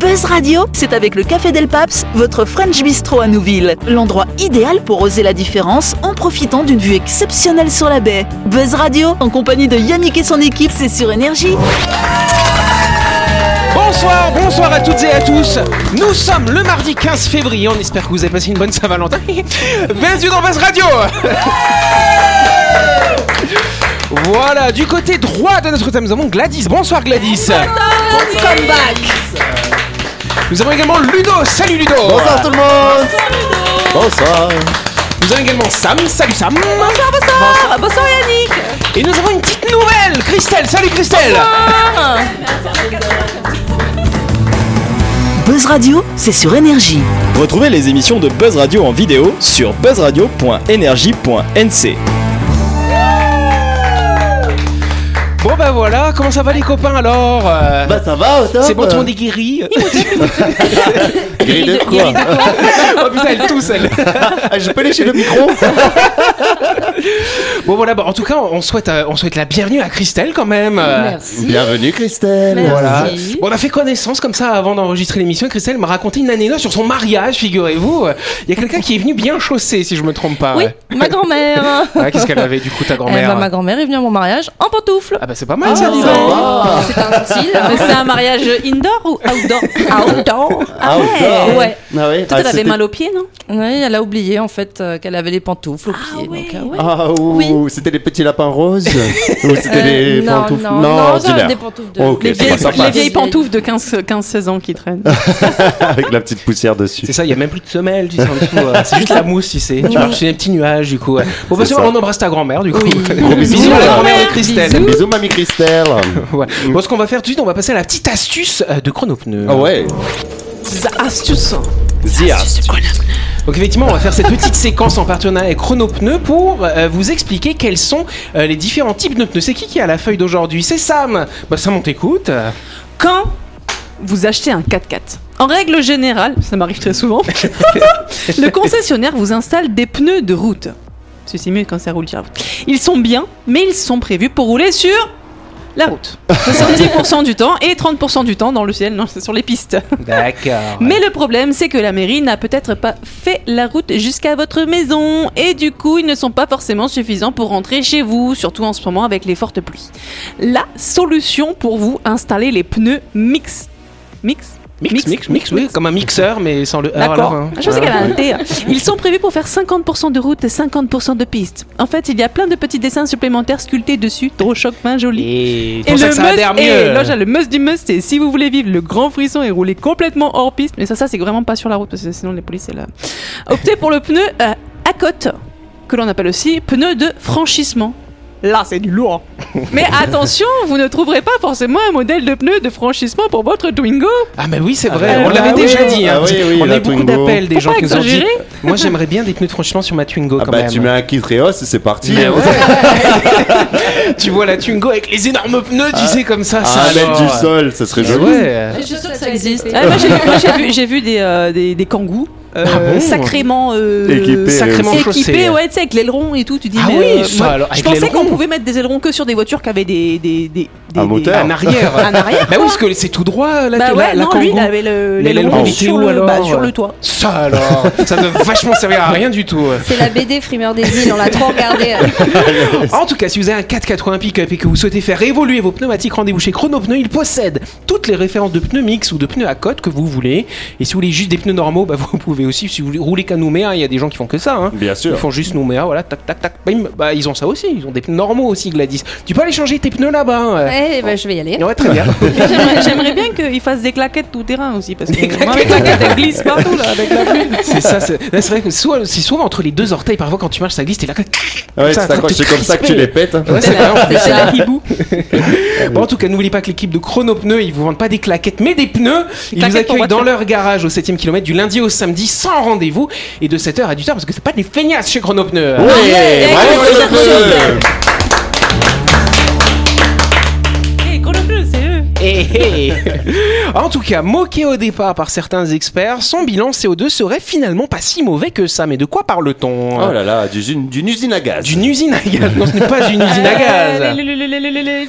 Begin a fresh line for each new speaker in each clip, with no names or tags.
Buzz Radio, c'est avec le Café Del Paps, votre French Bistro à Nouville. L'endroit idéal pour oser la différence en profitant d'une vue exceptionnelle sur la baie. Buzz Radio, en compagnie de Yannick et son équipe, c'est sur Énergie.
Bonsoir, bonsoir à toutes et à tous. Nous sommes le mardi 15 février. On espère que vous avez passé une bonne Saint-Valentin. Bienvenue dans Buzz Radio. Voilà, du côté droit de notre thème, nous avons Gladys. Bonsoir Gladys.
Welcome back.
Nous avons également Ludo. Salut Ludo.
Bonsoir tout le monde Bonsoir
Nous avons également Sam. Salut Sam.
Bonsoir, bonsoir. Bonsoir Yannick.
Et nous avons une petite nouvelle. Christelle. Salut Christelle.
Ah.
Buzz Radio, c'est sur Énergie.
Retrouvez les émissions de Buzz Radio en vidéo sur buzzradio.energie.nc
Bon bah voilà, comment ça va les copains alors Euh,
Bah ça va au top
C'est bon, tout le monde est guéri.
Grille de quoi
oh putain, elle tousse elle.
Ah, Je peux lécher le micro
Bon voilà, bah, en tout cas, on souhaite, euh, on souhaite la bienvenue à Christelle quand même. Euh,
Merci.
Bienvenue Christelle
Merci.
Voilà. Bon, on a fait connaissance comme ça avant d'enregistrer l'émission. Christelle m'a raconté une anecdote sur son mariage, figurez-vous. Il y a quelqu'un qui est venu bien chaussé, si je me trompe pas.
Oui,
Ah Ouais.
ma grand-mère.
Ouais, Qu'est-ce qu'elle avait du coup, ta
Eh ben,
grand-mère
ma grand-mère est venue à mon mariage en pantoufles.
Ah bah c'est pas mal ça, dis donc.
va.
C'est un style.
C'est un mariage indoor ou outdoor
Outdoor.
Ah, ouais.
Ouais.
Ah ouais
Toi,
Ah,
elle avait
c'était-
mal aux pieds, non
Oui, elle a oublié en fait euh, qu'elle avait les pantoufles aux pieds.
ouais.
donc, euh, ouais.
Ah ouh, c'était les petits lapins roses Ou c'était
Euh,
les
non,
pantoufles
Non, non, ça,
ordinaire.
des pantoufles de.
Ok,
les
c'est pas
vieilles,
sympa.
les vieilles pantoufles de 15-16 ans qui traînent.
Avec la petite poussière dessus.
C'est ça, il y a même plus de semelle, tu sais, en dessous. euh, C'est juste la mousse, tu sais. Tu marches sur des petits nuages, du coup. ouais. Bon, bah,
C'est
c'est vrai,
ça.
on embrasse ta grand-mère, du coup.
Oui.
Gros bisous,
Bisous à la
voilà.
grand-mère de Christelle.
Bisous.
Bisous mamie Christelle
Ouais. Bon, ce qu'on va faire tout de suite, on va passer à la petite astuce euh, de Chronopneu.
Ah ouais
Astuce.
Zia
Donc effectivement, on va faire cette petite séquence en partenariat avec Chronopneu pour euh, vous expliquer quels sont euh, les différents types de pneus. C'est qui qui a la feuille d'aujourd'hui C'est Sam. Bah Sam, on t'écoute. Euh,
Quand vous achetez un 4x4, en règle générale, ça m'arrive très souvent, le concessionnaire vous installe des pneus de route. Si c'est mieux quand ça roule sur la route. Ils sont bien, mais ils sont prévus pour rouler sur la route. 70% du temps et 30% du temps dans le ciel, non, c'est sur les pistes.
D'accord.
Mais le problème, c'est que la mairie n'a peut-être pas fait la route jusqu'à votre maison. Et du coup, ils ne sont pas forcément suffisants pour rentrer chez vous, surtout en ce moment avec les fortes pluies. La solution pour vous, installer les pneus mix. Mix
Mix, mix, mix, oui, comme un mixeur, mais sans le R.
D'accord. Ah,
alors, hein.
Je pensais
Ouais.
qu'elle avait un T. Ils sont prévus pour faire 50% de route et 50% de piste. En fait, il y a plein de petits dessins supplémentaires sculptés dessus. Trop choc, main joli.
Et,
Et
pour ça
le
que ça a
must,
l'air
et
mieux.
là j'ai le must du must, c'est si vous voulez vivre le grand frisson et rouler complètement hors piste, mais ça, ça c'est vraiment pas sur la route parce que sinon les policiers là. Optez pour le pneu euh, à côte, que l'on appelle aussi pneu de franchissement. Là, c'est du lourd. Mais attention, vous ne trouverez pas forcément un modèle de pneu de franchissement pour votre Twingo.
Ah mais oui, c'est vrai.
bah
on l'avait
oui.
déjà dit. hein,
Ah
parce
oui, oui,
on a
la
eu beaucoup
Twingo.
d'appels des
Faut
gens
pas
qui nous ont dit.
exagérer.
Moi, j'aimerais bien des pneus de franchissement sur ma Twingo
Ah
quand
bah
même.
tu hein. mets un Kitreos et c'est parti
Mais ouais. tu vois la Twingo avec les énormes pneus, tu
Ah.
sais comme ça. ça
Un mètre du
alors.
sol, ça serait joli
Eh
euh,
Ouais.
Je suis sûre que ça existe.
Ah, moi j'ai vu, moi, j'ai vu- j'ai vu des, euh, des, des kangous euh,
Ah bon
sacrément euh,
Équipés,
sacrément
équipés,
chaussés.
ouais, tu sais, avec l'aileron et tout. Tu dis,
Ah
mais,
oui,
euh,
ça,
moi,
alors,
je
avec
pensais
l'aileron.
qu'on pouvait mettre des ailerons que sur des voitures qui avaient des. des, des, des-
Un
des-
moteur.
euh, En arrière.
En arrière.
Bah oui, parce que c'est tout droit là,
Bah
la,
ouais,
la
non,
Kangoo.
lui, il avait le-
Mais l'aileron,
l'aileron
il était
sur,
où,
le- bah,
alors
sur le toit.
Ça alors, ça ne vachement servir à rien du tout.
C'est la BD Frimeur des îles, on l'a trop regardé.
En tout cas, si vous avez un 480 pick-up et que vous souhaitez faire évoluer vos pneumatiques, rendez-vous chez Chronopneu. Il possède toutes les références de pneus mix ou de pneus à cote que vous voulez. Et si vous voulez juste des pneus normaux, bah, vous pouvez aussi. Si vous voulez rouler qu'à Nouméa, il y a des gens qui font que ça. Hein.
Bien
Ils
sûr
font juste Nouméa, voilà, tac, tac, tac, bim. Bah, ils ont ça aussi. Ils ont des pneus normaux aussi, Gladys. Tu peux aller changer tes pneus là-bas. hein.
Eh ben, je vais y aller.
Ouais, très bien.
J'aimerais j'aimerais bien qu'il fasse des claquettes tout terrain aussi, parce que
Des
moi, mes claquettes, elles glissent partout là, avec la pluie.
c'est ça. C'est là, c'est vrai que soit- c'est souvent entre les deux orteils. Parfois, quand tu marches, ça glisse. T'es là.
Ah Ouais,
Ça,
c'est ça, quand
t'es
c'est comme ça que tu
crispé.
les pètes hein.
Ouais, c'est vrai, en plus.
C'est la hibou.
Bon, en tout cas, n'oubliez pas que l'équipe de Chrono Pneus, ils vous vendent pas des claquettes, mais des pneus. Ils vous
claquettes pour
accueillent dans
voiture.
leur garage au 7ème kilomètre du lundi au samedi sans rendez-vous et de 7h à 8h parce que c'est pas des feignasses chez Chrono Pneus.
Ouais, bravo,
ouais,
le pneu.
Hé, chronopneu, c'est eux.
Eh, eh. en tout cas, moqué au départ par certains experts, son bilan CO2 serait finalement pas si mauvais que ça. Mais de quoi parle-t-on
Oh là là, du- d'une usine à gaz
D'une usine à gaz. Non, ce n'est pas une usine à
Euh,
gaz.
les- les- les- les- les- les avions.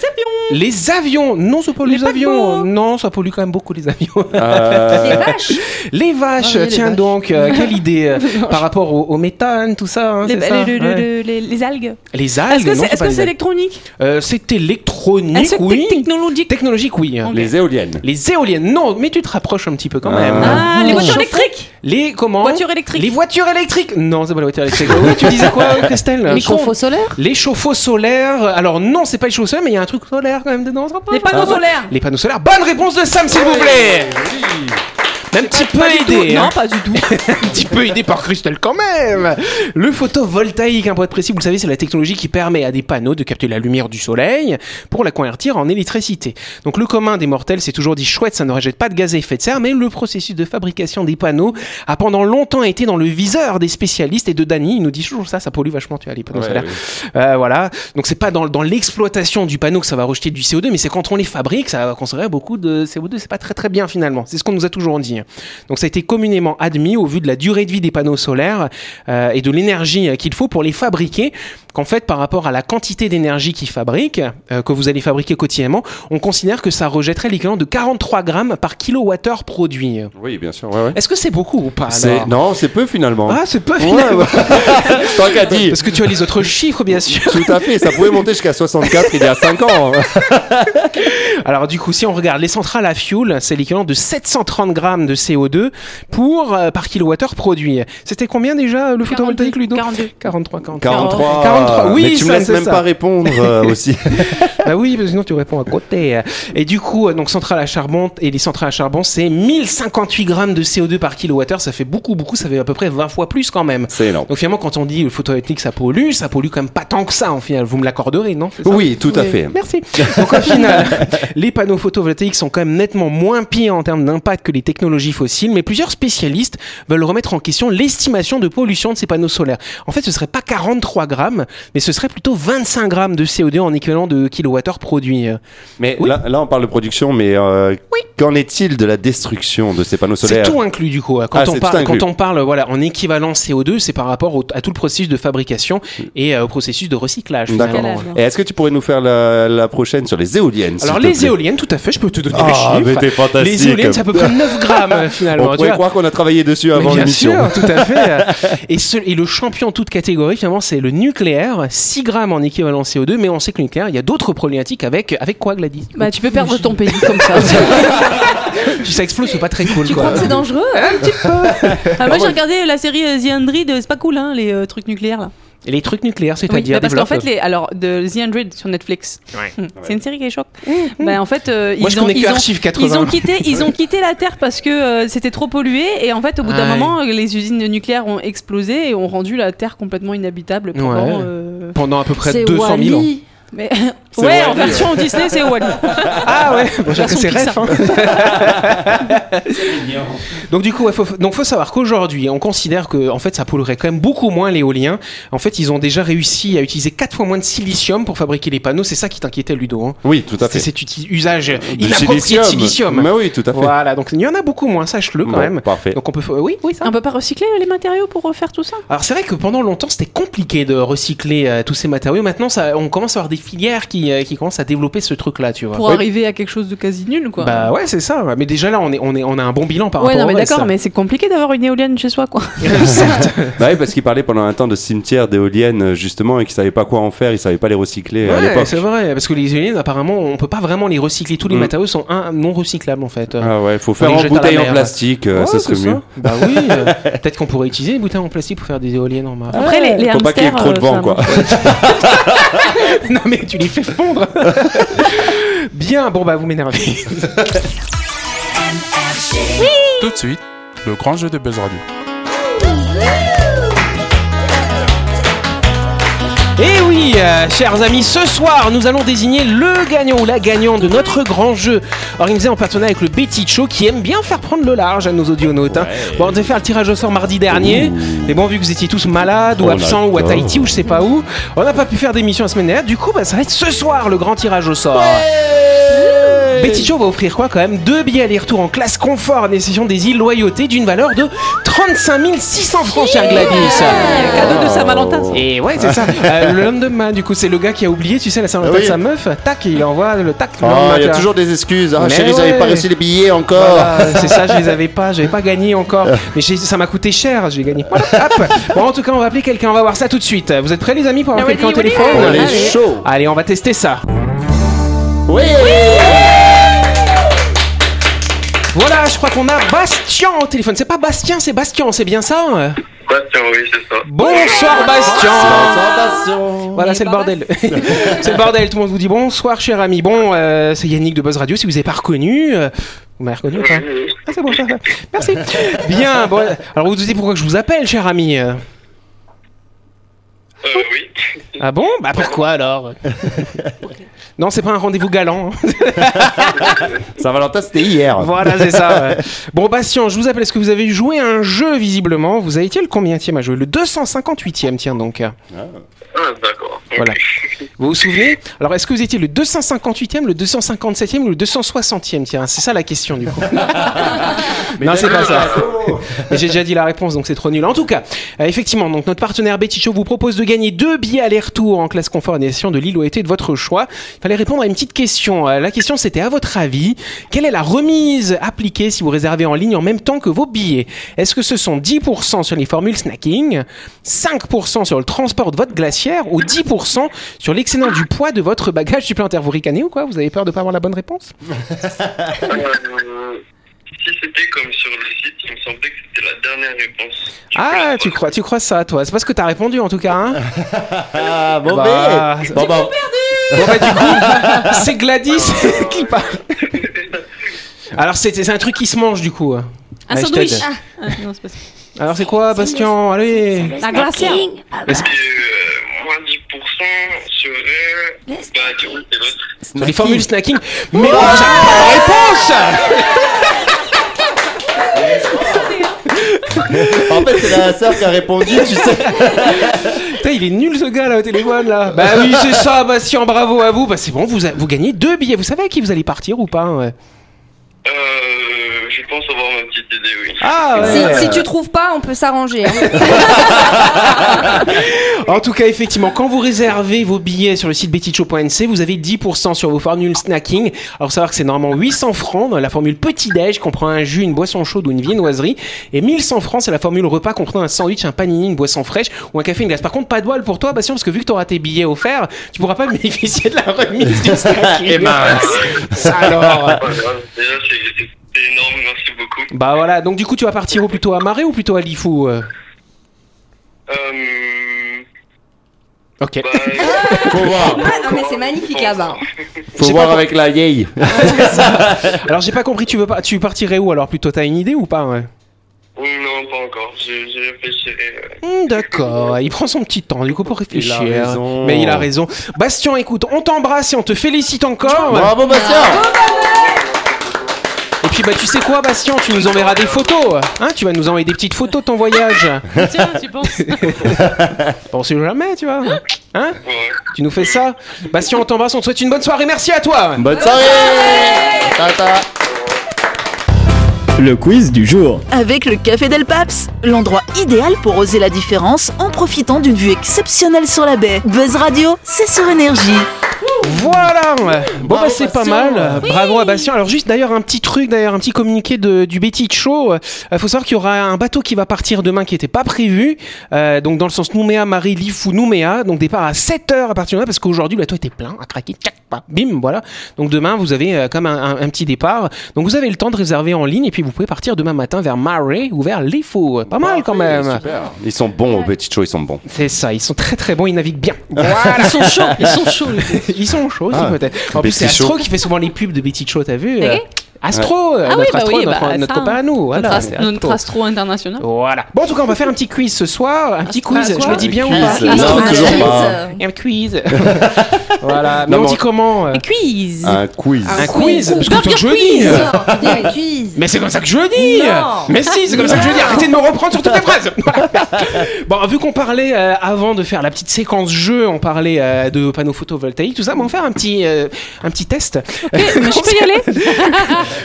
Les avions, non, c'est pas les,
paquebots.
avions. Non, ça pollue quand même beaucoup les avions.
Euh,
vaches
Les vaches,
Ah oui, les
tiens
vaches.
donc, euh, quelle idée euh, par rapport au, au méthane, tout ça. hein,
Bah, Les,
c'est ça
le- le-
Ouais.
le- les- les algues.
Les
Est-ce
algues,
que
non,
c'est
c'est
est-ce
pas
que
les
c'est
algues.
électronique
Euh, C'est électronique,
Est-ce que
oui.
c'est technologique
Technologique, oui.
Ok.
Les éoliennes.
Les éoliennes, non, mais tu te rapproches un petit peu quand
Ah.
même.
Ah, les
Ah.
voitures
Chauffer.
électriques
Les comment
Voitures électriques.
Ah. Les voitures électriques Non, c'est pas les voitures électriques. oui, tu disais quoi, Christelle
Les chauffe-eau solaires
Les chauffe-eau solaires. Alors non, c'est pas les chauffe-eau solaires, mais il y a un truc solaire quand même dedans. sympa.
Les panneaux solaires
Les panneaux solaires. Bonne réponse de Sam, s'il vous plaît. Même petit peu aidé. hein.
Non, pas du tout.
Un petit peu aidé par Christelle quand même. Le photovoltaïque, un point de précis, vous le savez, c'est la technologie qui permet à des panneaux de capter la lumière du soleil pour la convertir en électricité. Donc le commun des mortels s'est toujours dit chouette, ça ne rejette pas de gaz à effet de serre, mais le processus de fabrication des panneaux a pendant longtemps été dans le viseur des spécialistes et de Dany, il nous dit toujours ça, ça pollue vachement, tu as les panneaux
Ouais,
solaires.
oui.
Euh, voilà. Donc c'est pas dans, dans l'exploitation du panneau que ça va rejeter du CO2, mais c'est quand on les fabrique, ça va conserver beaucoup de CO2. C'est pas très très bien finalement. C'est ce qu'on nous a toujours dit. Donc ça a été communément admis au vu de la durée de vie des panneaux solaires euh, et de l'énergie euh, qu'il faut pour les fabriquer, qu'en fait par rapport à la quantité d'énergie qu'ils fabriquent, euh, que vous allez fabriquer quotidiennement, on considère que ça rejetterait l'équivalent de 43 grammes par kilowattheure produit.
Oui, bien sûr, ouais, ouais.
Est-ce que c'est beaucoup ou pas
C'est-
Ah, alors
Non, c'est peu finalement.
Ah, c'est peu
Ouais,
finalement.
ouais. Tant qu'à dire.
Parce que tu as les autres chiffres, bien sûr.
Tout à fait, ça pouvait monter jusqu'à 64 il y a 5 ans.
Alors du coup, si on regarde les centrales à fuel, c'est l'équivalent de 730 grammes de CO2 pour euh, par kilowattheure produit. C'était combien déjà euh, le photovoltaïque Ludo
42.
43, 43.
43.
43, oui,
mais tu me
ça,
laisses
c'est
même
ça.
pas répondre euh, aussi.
bah oui, parce que sinon tu réponds à côté. Et du coup, euh, donc centrale à charbon et les centrales à charbon, c'est 1058 grammes de CO2 par kilowattheure. Ça fait beaucoup, beaucoup. Ça fait à peu près 20 fois plus quand même.
C'est énorme.
Donc finalement, quand on dit le photovoltaïque ça pollue, ça pollue quand même pas tant que ça. En final, vous me l'accorderez, non C'est ça
Oui, tout à
Oui,
fait.
Merci. Donc au final, les panneaux photovoltaïques sont quand même nettement moins pires en termes d'impact que les technologies fossiles, mais plusieurs spécialistes veulent remettre en question l'estimation de pollution de ces panneaux solaires. En fait, ce serait pas 43 grammes, mais ce serait plutôt 25 grammes de CO2 en équivalent de kilowattheure produit.
Mais
Oui.
là, là, on parle de production, mais euh, qu'en est-il de la destruction de ces panneaux
C'est
solaires
tout inclus du coup. hein. Quand,
Ah,
on
c'est
parle,
tout inclus.
quand on parle voilà, en équivalent CO2, c'est par rapport au- à tout le processus de fabrication et euh, au processus de recyclage.
D'accord.
finalement.
Et est-ce que tu pourrais nous faire la, la prochaine sur les éoliennes s'il
Alors
te
les
plaît
éoliennes, tout à fait, je peux te donner
Ah,
les
mais
chiffres.
t'es fantastique.
Les éoliennes, c'est à peu près 9 grammes finalement.
On
tu
pourrait
vois.
croire qu'on a travaillé dessus
Mais
avant
bien
l'émission.
sûr, tout à fait. Et, ce- et le champion toute catégorie, finalement, c'est le nucléaire. 6 grammes en équivalent CO2, mais on sait que le nucléaire, il y a d'autres problématiques avec, avec quoi, Gladys
Bah, tu peux perdre ton pays comme ça.
Si ça explose, c'est pas très cool.
Tu
quoi.
crois que c'est dangereux Un petit peu ah, Moi j'ai regardé la série euh, The Android, euh, c'est pas cool hein, les euh, trucs nucléaires là.
Et les trucs nucléaires,
Oui,
c'est-à-dire.
bah, parce qu'en fait,
développe.
les, alors, de The Android sur Netflix, Hmm, c'est une série qui est choc.
Mmh,
Bah, en fait, euh,
Moi, je
ils, ont,
connais
ils,
que
ont,
Archive
ils
80.
ont quitté, ils ont quitté la Terre parce que euh, c'était trop pollué. Et en fait, au bout d'un
Ah, Ouais.
moment, euh, les usines nucléaires ont explosé et ont rendu la Terre complètement inhabitable pendant.
Ouais.
euh,
Pendant à peu près
C'est
200 000 ans.
Wall-E.
Mais...
C'est
Ouais,
Wall-E,
en version Disney, c'est Wally.
Ah ouais, bon, j'ai
Version
que c'est ref.
Pixar.
hein. Donc du coup, il faut, donc faut savoir qu'aujourd'hui, on considère que en fait, ça polluerait quand même beaucoup moins l'éolien. En fait, ils ont déjà réussi à utiliser 4 fois moins de silicium pour fabriquer les panneaux. C'est ça qui t'inquiétait, Ludo. Hein.
Oui, tout à
C'est
fait.
cet uti- usage
Du
inapproprié de silicium.
Mais oui, tout à fait.
Voilà, donc il y en a beaucoup moins, sache-le quand
Bon,
même.
Parfait.
Donc on peut, fa- oui, oui ça.
On peut pas recycler euh, les matériaux pour refaire tout ça
Alors c'est vrai que pendant longtemps c'était compliqué de recycler euh, tous ces matériaux. Maintenant, ça, on commence à avoir des filières qui, euh, qui commencent à développer ce truc-là, tu vois.
Pour
Ouais.
arriver à quelque chose de quasi nul, quoi.
Bah ouais, c'est ça. Mais déjà là, on est, on est, on a un bon bilan par
ouais,
rapport
non,
au
mais
reste.
d'accord, mais c'est compliqué d'avoir une éolienne chez soi, quoi.
Certes.
Bah oui, parce qu'il parlait pendant un temps de cimetière d'éoliennes, euh, justement, et qu'il savait pas quoi en faire, il savait pas les recycler à
Ouais,
l'époque.
c'est vrai, parce que les éoliennes, apparemment, on peut pas vraiment les recycler. Tous les
Mm.
matériaux sont un, non recyclables en fait.
Ah ouais, faut
les
faire en
jette à la
bouteille en
mer.
plastique, euh,
Ouais,
ça serait
c'est
mieux.
Bah oui, euh, peut-être qu'on pourrait utiliser des bouteilles en plastique pour faire des éoliennes en marche.
Après, les, les
Faut pas qu'il y ait
hamsters,
trop de
euh,
vent,
ça-
quoi.
non mais tu les fais fondre. Bien, bon bah vous m'énervez.
Tout de suite, le grand jeu de Buzz Radio.
Et oui, euh, chers amis, ce soir, nous allons désigner le gagnant ou la gagnante de notre grand jeu organisé en partenariat avec le Betty Show qui aime bien faire prendre le large à nos audionautes. hein. Bon, on devait faire le tirage au sort mardi dernier, mais bon, vu que vous étiez tous malades ou
Oh là
absents ou à
là.
Tahiti ou je sais pas où, on n'a pas pu faire d'émission la semaine dernière. Du coup, bah, ça va être ce soir le grand tirage au sort. compétition va offrir quoi quand même Deux billets aller-retour en classe confort à destination des îles Loyauté d'une valeur de 35 600 francs, cher Gladys.
Cadeau
Oh.
de Saint-Valentin. ça.
Et ouais, c'est ça. Euh, le lendemain, du coup, c'est le gars qui a oublié, tu sais, la Saint-Valentin
Ah oui.
de sa meuf. Tac, il envoie le tac. le
Ah, il y
lendemain,
a
tu vois.
toujours des excuses. Ah,
Mais
chérie,
ouais.
j'avais pas reçu les billets encore.
Voilà, c'est ça, je les avais pas, j'avais pas gagné encore. Mais j'ai- ça m'a coûté cher, j'ai gagné. Voilà, hop. Bon, en tout cas, on va appeler quelqu'un, on va voir ça tout de suite. Vous êtes prêts, les amis, pour avoir quelqu'un au téléphone
On est
Allez.
chaud.
Allez, on va tester ça.
Oui.
Voilà, je crois qu'on a Bastien au téléphone. C'est pas Bastien, c'est Bastien, c'est bien ça hein
Bastien, oui, c'est ça.
Bonsoir Bastien
Sensation.
Voilà, c'est le bordel. c'est le bordel, tout le monde vous dit bonsoir, cher ami. Bon, euh, c'est Yannick de Buzz Radio, si vous n'avez pas reconnu. euh, vous m'avez reconnu ou pas Ah, c'est bon, ça va. Merci. Bien, bon, alors vous vous dites pourquoi je vous appelle, cher ami euh.
Euh, oui.
Ah bon Bah pourquoi alors Non, c'est pas un rendez-vous galant. hein.
Saint-Valentin, c'était hier.
voilà, c'est ça. ouais. Bon, Bastien, je vous appelle parce que vous avez joué à un jeu, visiblement. Vous avez été le combien à jouer Le 258e, tiens donc.
Ah, d'accord. Ok.
Voilà. Vous vous souvenez Alors, est-ce que vous étiez le 258e, le 257e ou le 260e Tiens, c'est ça la question du coup. non, c'est pas ça. Mais J'ai déjà dit la réponse, donc c'est trop nul. En tout cas, euh, effectivement, donc notre partenaire Betticho vous propose de gagner deux billets aller-retour en classe confort à destination de l'île où était de votre choix. Il fallait répondre à une petite question. Euh, La question, c'était à votre avis, quelle est la remise appliquée si vous réservez en ligne en même temps que vos billets Est-ce que ce sont 10% sur les formules snacking, 5% sur le transport de votre glacière ou 10% sur l'excédent du poids de votre bagage supplémentaire Vous ricanez ou quoi Vous avez peur de pas avoir la bonne réponse
Euh, si c'était comme sur le site, il me semblait que c'était la dernière réponse. Du coup,
Ah,
je
tu crois, tu crois ça, toi C'est parce que t'as répondu en tout cas, hein
Ah, mauvais.
Bah,
Bon, bah,
Bon, bah, du coup, c'est Gladys qui parle. Alors, c'est c'est un truc qui se mange, du coup.
Un
Allez, je
sandwich.
t'aide.
Ah, non, c'est pas ça.
Alors, c'est quoi, Bastien Allez
La glacière.
Ah bah.
Et euh, moins 10% serait. Bah, tu vois, c'est l'autre.
Les formules snacking. Mais non, j'ai pas la réponse
En fait, c'est la sœur qui a répondu, tu sais.
Putain, il est nul, ce gars, là, au téléphone, là. Bah oui, c'est ça, Bastien, bravo à vous. Bah, c'est bon, vous, a- vous gagnez deux billets. Vous savez à qui vous allez partir ou pas hein
Euh, je pense avoir ma petite idée, oui.
Ah,
Si,
ouais.
si tu trouves pas, on peut s'arranger. hein.
En tout cas, effectivement, quand vous réservez vos billets sur le site bettycho.nc, vous avez 10% sur vos formules snacking. Alors, savoir que c'est normalement 800 francs dans la formule petit-déj, comprend un jus, une boisson chaude ou une viennoiserie. Et 1100 francs, c'est la formule repas comprenant un sandwich, un panini, une boisson fraîche ou un café, une glace. Par contre, pas de voile pour toi, Bastien, parce que vu que t'auras tes billets offerts, tu pourras pas bénéficier de la remise du snacking.
Et mince.
Ça alors.
Pas grave. Déjà, c'est- c'est c'est énorme, merci beaucoup.
Bah voilà, donc du coup, tu vas partir au plutôt à Marais ou plutôt à Lifou euh
Euh,
Ok.
bah,
Faut voir.
Ah non, mais c'est magnifique là-bas.
Faut
J'ai
voir
pas
avec la vieille.
Alors, j'ai pas compris, tu veux pas, tu partirais où alors plutôt T'as une idée ou pas ouais
non, pas encore. Je, je réfléchirai. euh.
Hmm, D'accord, il prend son petit temps du coup pour réfléchir.
raison.
Mais il a raison. Bastien, écoute, on t'embrasse et on te félicite encore.
Bravo, ma sœur.
Et puis bah tu sais quoi Bastien, tu nous enverras des photos. Hein, tu vas nous envoyer des petites photos de ton voyage.
Tiens, tu penses
Bon, on sait jamais, tu vois. Hein
Ouais.
Tu nous fais ça Bastien, on t'embrasse, on te souhaite une bonne soirée. Merci à toi.
Bonne soirée. Tata.
Le quiz du jour.
Avec le Café Del Paps, l'endroit idéal pour oser la différence en profitant d'une vue exceptionnelle sur la baie. Buzz Radio, c'est sur énergie.
Voilà Bon bah c'est pas mal, bravo à Bastien. Alors juste d'ailleurs un petit truc, d'ailleurs un petit communiqué de, du Betty Show. Il faut savoir qu'il y aura un bateau qui va partir demain qui n'était pas prévu, Euh, donc dans le sens Nouméa, Marie, Lifou, Nouméa, donc départ à 7h à partir de là parce qu'aujourd'hui le bateau était plein, à craquer, tchac, pa, bim, voilà. Donc demain vous avez euh, comme un, un- un petit départ, donc vous avez le temps de réserver en ligne et puis vous pouvez partir demain matin vers Marie ou vers Lifou. Pas mal quand même
Ils sont bons, au petit show, ils sont bons.
C'est ça, ils sont très très bons, ils naviguent bien. Voilà.
Ils sont chauds, ils sont chauds. les gars.
Ils sont chauds aussi,
Ah,
peut-être. En plus,
Betty
c'est Astro
Show.
qui fait souvent les pubs de Betty Show, t'as vu
Eh
euh, Astro, euh,
Ah oui,
notre
bah
Astro,
oui,
notre,
bah,
notre
ça,
copain à nous. Voilà,
Notre ast-
c'est
notre
Astro.
astro international.
Voilà. Bon, en tout cas, on va faire un petit quiz ce soir. Un petit
Astro-
quiz,
Astro-
je le dis bien ou
Quiz.
pas
Non,
Ah,
toujours
mais,
pas.
euh,
Un quiz. voilà. Mais
Non,
on
mais
dit comment euh,
Quiz.
Un quiz.
Un quiz Parce que
Burger
faut que je le dise.
Des quiz.
Mais c'est comme ça que je veux dire
Non.
Mais si, c'est comme ça que je veux dire Arrêtez de me reprendre sur toutes les phrases Bon, vu qu'on parlait, euh, avant de faire la petite séquence jeu, on parlait euh, de panneaux photovoltaïques, tout ça, mais on va faire un petit, euh, un petit test
Mais je peux y aller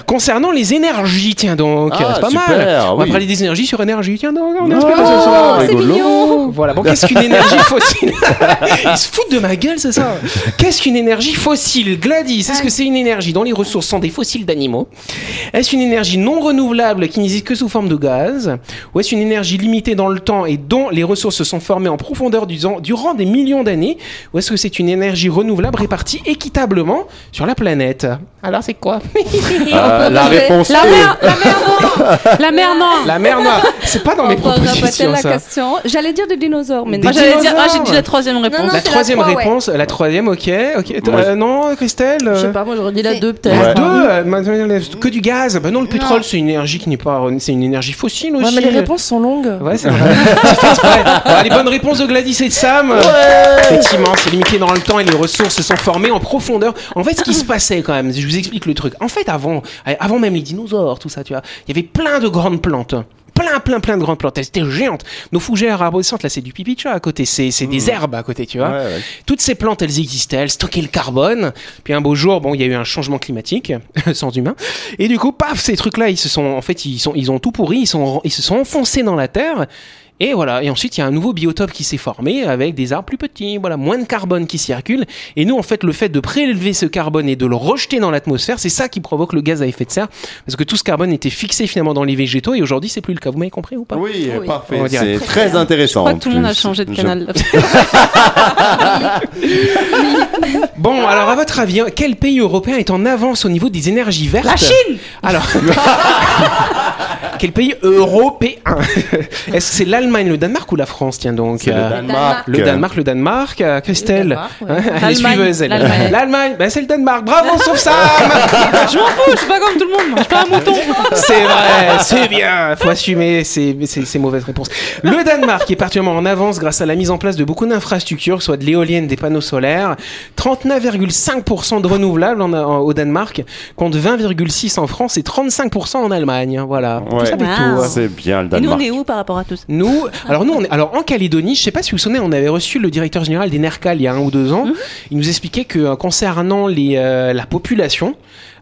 concernant les énergies, tiens donc,
Ah,
c'est pas
super,
mal On va
oui.
parler des énergies sur énergie, tiens donc, on est
Oh,
inspiré ce soir.
c'est
rigolo.
mignon.
Voilà, bon, qu'est-ce qu'une énergie fossile Ils se foutent de ma gueule, c'est ça Qu'est-ce qu'une énergie fossile Gladys, est-ce que c'est une énergie dont les ressources sont des fossiles d'animaux Est-ce une énergie non renouvelable qui n'existe que sous forme de gaz Ou est-ce une énergie limitée dans le temps et dont les ressources se sont formées en profondeur du temps durant des millions d'années Ou est-ce que c'est une énergie renouvelable répartie équitablement sur la planète Alors c'est quoi
Euh, la
peut-
réponse
La
est-
mer, la mer non La mer non
La mer noire C'est pas dans mes
On peut répéter
propositions,
la
ça
question. J'allais dire des dinosaures, mais
Des
non.
Moi j'allais dire, ah, j'ai
dinosaures.
dit la troisième réponse.
Non,
La
c'est la
troisième
trois, ouais.
réponse, la troisième, ok. ok.
Moi,
Euh, non, Christelle
Je
euh,
sais pas, moi je redis la
C'est-
2
Ouais.
peut-être. Ah
Deux, euh, maintenant, le- que du gaz. Bah non, le pétrole, c'est une énergie qui n'est pas, c'est une énergie fossile aussi.
Ouais, mais les réponses sont longues.
Ouais, c'est vrai. C'est fait exprès. Bon, les bonnes réponses de Gladys et de Sam. Effectivement, c'est limité dans le temps et les ressources se sont formées en profondeur. En fait, ce qui se passait quand même, je vous explique le truc. En fait, avant, euh, avant même les dinosaures, tout ça, tu vois, il y avait plein de grandes plantes. Plein, plein, plein de grandes plantes. Elles étaient géantes. Nos fougères arborescentes, là, c'est du pipi de chat à côté. C'est c'est
Hmm.
des herbes à côté, tu vois.
Ouais, ouais.
Toutes ces plantes, elles existaient, elles stockaient le carbone. Puis un beau jour, bon, il y a eu un changement climatique, sans humain. Et du coup, paf, ces trucs-là, ils se sont, en fait, ils sont, ils ont tout pourri, ils sont, ils se sont enfoncés dans la terre. Et voilà. Et ensuite, il y a un nouveau biotope qui s'est formé avec des arbres plus petits, voilà, moins de carbone qui circule. Et nous, en fait, le fait de prélever ce carbone et de le rejeter dans l'atmosphère, c'est ça qui provoque le gaz à effet de serre. Parce que tout ce carbone était fixé finalement dans les végétaux et aujourd'hui, c'est plus le cas. Vous m'avez compris ou pas?
Oui,
Oui.
parfait.
On dirait
C'est
très
très
clair.
intéressant.
Je crois que tout le
en
monde a
plus.
changé de
Je-
canal.
Bon, alors à votre avis, quel pays européen est en avance au niveau des énergies vertes La Chine Alors. quel pays européen Est-ce que c'est l'Allemagne, le Danemark ou la France Tiens donc.
C'est le
euh,
Danemark.
le Danemark, le Danemark, euh, Christelle.
Danemark, ouais.
Hein, elle est
L'Allemagne,
suiveuse, elle.
l'Allemagne.
L'Allemagne, ben, c'est le Danemark. Bravo, sauf ça
je m'en fous, je suis pas comme tout le monde, moi, je suis pas un mouton.
C'est vrai, c'est bien. Faut assumer ces, ces- ces mauvaises réponses. Le Danemark est particulièrement en avance grâce à la mise en place de beaucoup d'infrastructures, que ce soit de l'éolienne, des panneaux solaires. 39,5% de renouvelables en- en- au Danemark, contre 20,6 en France et 35% en Allemagne. Voilà. Tout
Ouais.
ça fait
Wow.
tout.
C'est euh, bien le
Et nous on
Danemark.
est où par rapport à tout ça
Nous, alors nous, on est- alors en Calédonie, je sais pas si vous vous souvenez, on avait reçu le directeur général des NERCAL il y a un ou deux ans.
Mm-hmm.
Il nous expliquait que euh, concernant les, euh, la population,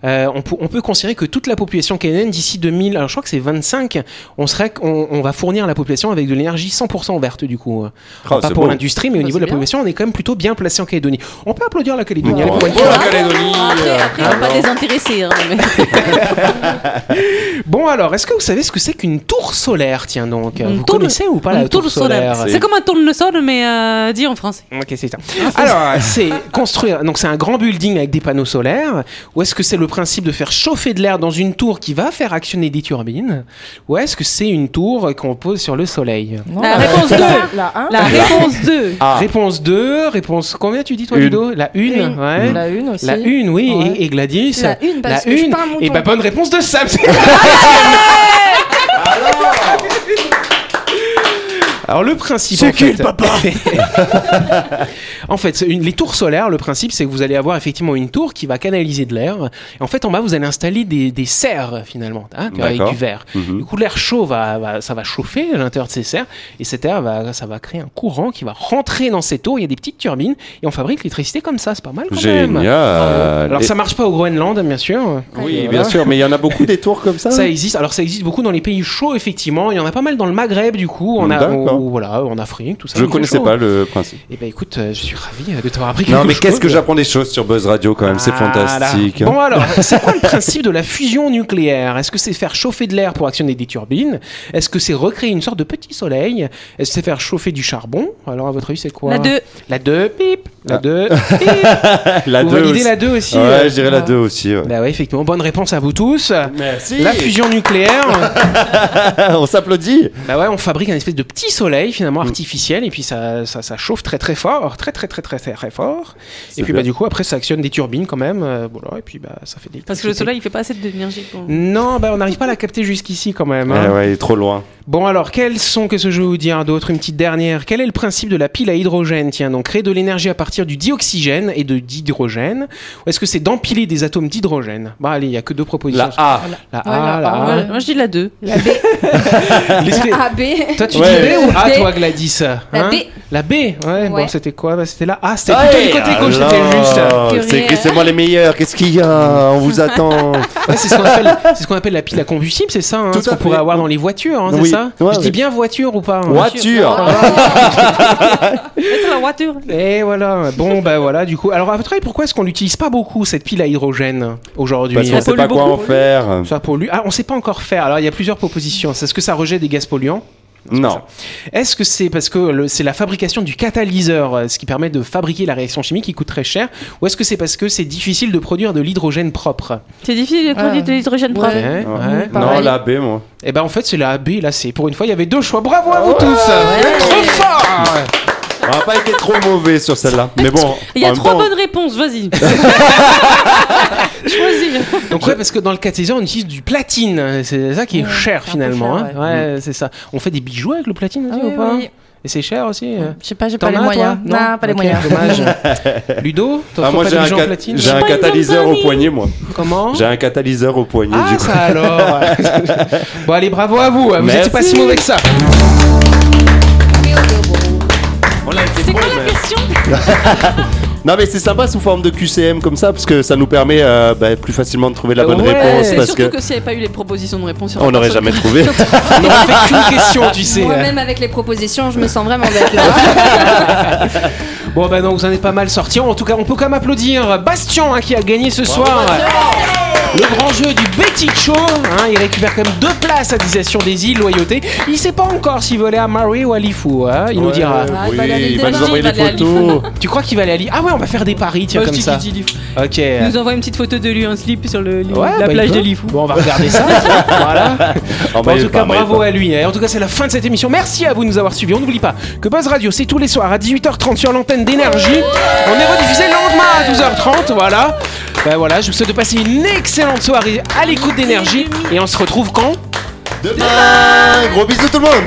euh, on, peut, on peut considérer que toute la population canadienne d'ici 2000, alors je crois que c'est 25, on serait, on, on va fournir la population avec de l'énergie 100% verte du coup. euh.
Oh,
pas
c'est
pour
beau.
l'industrie, mais au
Bah,
niveau de
c'est
la
bien.
population, on est quand même plutôt bien placé en Calédonie. On peut applaudir la Calédonie.
Bravo.
avec moi.
Bravo, la Calédonie.
Euh,
Après, après on va pas désintéresser. hein, mais-
Bon alors, est-ce que vous savez ce que c'est qu'une tour solaire Tiens donc,
Une
vous
tour-
connaissez ou pas la
Une tour solaire. C'est comme un tournesol, mais euh, dit en français.
Ok, c'est ça. Alors, c'est construire. Donc, c'est un grand building avec des panneaux solaires. Ou est-ce que c'est le principe de faire chauffer de l'air dans une tour qui va faire actionner des turbines Ou est-ce que c'est une tour qu'on pose sur le soleil
La réponse 2.
La un.
La réponse 2.
Ah.
Réponse 2. Réponse. Combien tu dis, toi,
Une.
Ludo La 1.
Une.
Ouais. La,
La une aussi.
une, oui.
Ouais.
Et, et Gladys
La une, parce que je suis pas un mouton.
Et bah, bonne réponse de Sam. Alors le principe, en fait, papa. en fait, c'est une- les tours solaires, le principe, c'est que vous allez avoir effectivement une tour qui va canaliser de l'air. Et en fait, en bas, vous allez installer des, des serres finalement, hein, avec
D'accord.
du verre.
Mhm.
Du coup, l'air chaud va, va- ça va chauffer à l'intérieur de ces serres, et cet air va, ça va créer un courant qui va rentrer dans ces tours. Il y a des petites turbines, et on fabrique l'électricité comme ça. C'est pas mal quand même.
Génial.
Alors
Et-
ça marche pas au Groenland, bien sûr.
Oui,
Voilà.
bien sûr, mais il y en a beaucoup des tours comme ça.
Ça existe. Alors ça existe beaucoup dans les pays chauds, effectivement. Il y en a pas mal dans le Maghreb, du coup. On a,
D'accord.
au- voilà, en Afrique, tout ça.
Je
il fait
connaissais
chaud.
pas le principe.
Eh ben écoute, euh, je suis ravi euh, de t'avoir appris.
Non,
quelque
mais
chose.
qu'est-ce que j'apprends des choses sur Buzz Radio quand même, c'est
Voilà.
fantastique. hein.
Bon alors, c'est quoi le principe de la fusion nucléaire Est-ce que c'est faire chauffer de l'air pour actionner des turbines Est-ce que c'est recréer une sorte de petit soleil Est-ce que c'est faire chauffer du charbon Alors à votre avis, c'est quoi
La 2.
La 2, pip La
Ah.
2, pip
La
Vous
2
validez
aussi.
la 2 aussi euh
Ouais, je dirais la 2 aussi. ouais.
Bah ouais, effectivement, bonne réponse à vous tous.
Merci.
La fusion nucléaire
On s'applaudit.
Bah ouais, on fabrique un espèce de petit soleil finalement artificiel et puis ça, ça, ça chauffe très très fort, très très très très très très fort. Et
C'est
puis
bien.
bah du coup après ça actionne des turbines quand même, euh, voilà, et puis bah ça fait des.
Parce que le soleil, il fait pas assez d'énergie pour.
Non, bah on n'arrive pas à la capter jusqu'ici quand même. hein.
Eh ouais, il est trop loin.
Bon alors, quels sont, qu'est-ce que je vais vous dire d'autre Une petite dernière. Quel est le principe de la pile à hydrogène Tiens, donc créer de l'énergie à partir partir du dioxygène et de d'hydrogène Ou est-ce que c'est d'empiler des atomes d'hydrogène Bah allez, il n'y a que deux propositions.
La A.
La
Ah
Ouais,
A,
la
la
A,
A.
ouais. Moi, je dis la 2.
Laissez-
La AB.
Toi, tu
Ouais.
dis B ou A,
B.
toi, Gladys hein
B.
La B Ouais, bon,
Ouais.
c'était quoi Bah, C'était la A. C'était plutôt du côté gauche, c'était juste.
juste. Ah C'est
Curieux.
que c'est moi les meilleurs. Qu'est-ce qu'il y a On vous attend.
Ouais, c'est ce qu'on appelle, c'est ce qu'on appelle la pile à combustible, c'est ça hein,
Tout
Ce
à
qu'on
fait.
pourrait avoir dans les voitures, hein,
Oui.
c'est ça
Ouais,
Je
ouais.
dis bien voiture ou pas hein
Voiture.
C'est la voiture.
Et voilà. Bon, bah voilà, du coup. Alors, à votre avis, pourquoi est-ce qu'on l'utilise pas beaucoup, cette pile à hydrogène, aujourd'hui
Parce qu'on
Ça
sait pas quoi en faire.
ça pollue. Ah, on sait pas encore faire. Alors, il y a plusieurs propositions. Est-ce que ça rejette des gaz polluants
Non.
Est-ce que c'est parce que le- c'est la fabrication du catalyseur, euh, ce qui permet de fabriquer la réaction chimique qui coûte très cher Ou est-ce que c'est parce que c'est difficile de produire de l'hydrogène propre
C'est difficile de produire de l'hydrogène propre.
Euh,
Hein, ouais.
Ouais. Non, la B, moi.
Eh ben en fait c'est la A, B, la C. Pour une fois il y avait deux choix. Bravo à vous
Oh,
tous. Vous êtes trop forts.
On n'a Ah, pas été trop mauvais sur celle-là. Mais bon.
Il y
en
a
même
trois
temps,
bonnes réponses, vas-y. Choisis.
Donc ouais parce que dans le catalyseur on utilise du platine. C'est ça qui est cher
c'est un peu
finalement.
cher, Mm. Ah
hein. Ouais, c'est ça. On fait des bijoux avec le platine aussi ou pas Et c'est cher aussi. euh.
Je sais pas, j'ai
T'en
pas les
as,
moyens.
toi
Non, pas les
Ok,
moyens.
Dommage. Ludo, t'en
Ah,
fais
moi
pas
j'ai
des
un,
bijoux en
ca-
platine
j'ai un
Pas une
catalyseur au
compagnie.
poignet, moi.
Comment
J'ai un catalyseur au poignet,
Ah
du coup.
ça alors. bon allez bravo à vous. Vous
Merci.
étiez pas si mauvais que ça.
C'est quoi la question
Non, mais c'est sympa sous forme de QCM comme ça, parce que ça nous permet euh, bah, plus facilement de trouver la bonne
Ouais,
réponse.
C'est
Parce
Euh, surtout
que,
que, s'il n'y avait pas eu les propositions de réponse, il y aurait
on n'aurait
personne
jamais trouvé.
On a fait qu'une question tu sais.
Moi-même avec les propositions, je me sens vraiment bête là.
Bon bah non, vous en êtes pas mal sortis. En tout cas, on peut quand même applaudir Bastien hein, qui a gagné ce soir. Le grand jeu du Betty Show, hein, il récupère quand même deux places à Disation des îles, loyauté. Il sait pas encore s'il veut aller à Marie ou à Lifou, hein, il nous
Ouais,
dira.
Ah,
oui,
bah, la
il va nous
Belgique, il
envoyer
va
des
aller à Lille.
photos.
Tu crois qu'il va aller à Lille Ah ouais, on va faire des paris, tiens,
Bah,
Oh,
comme
je dis,
ça.
je dis, je dis.
Ok.
Il nous envoie une petite photo de lui en slip sur le, le-
Ouais,
la
bah,
plage
il
de
peut.
Lifou.
Bon, on va regarder ça. voilà.
En
en tout cas, bravo à lui. hein. Et En tout cas, c'est la fin de cette émission. Merci à vous de nous avoir suivis. On n'oublie pas que Buzz Radio, c'est tous les soirs à 18h30 sur l'antenne d'énergie. On est rediffusé le lendemain à 12h30. Voilà. Ben voilà, je vous souhaite de passer une excellente soirée à l'écoute d'énergie. Et on se retrouve quand
Demain, gros bisous tout le monde.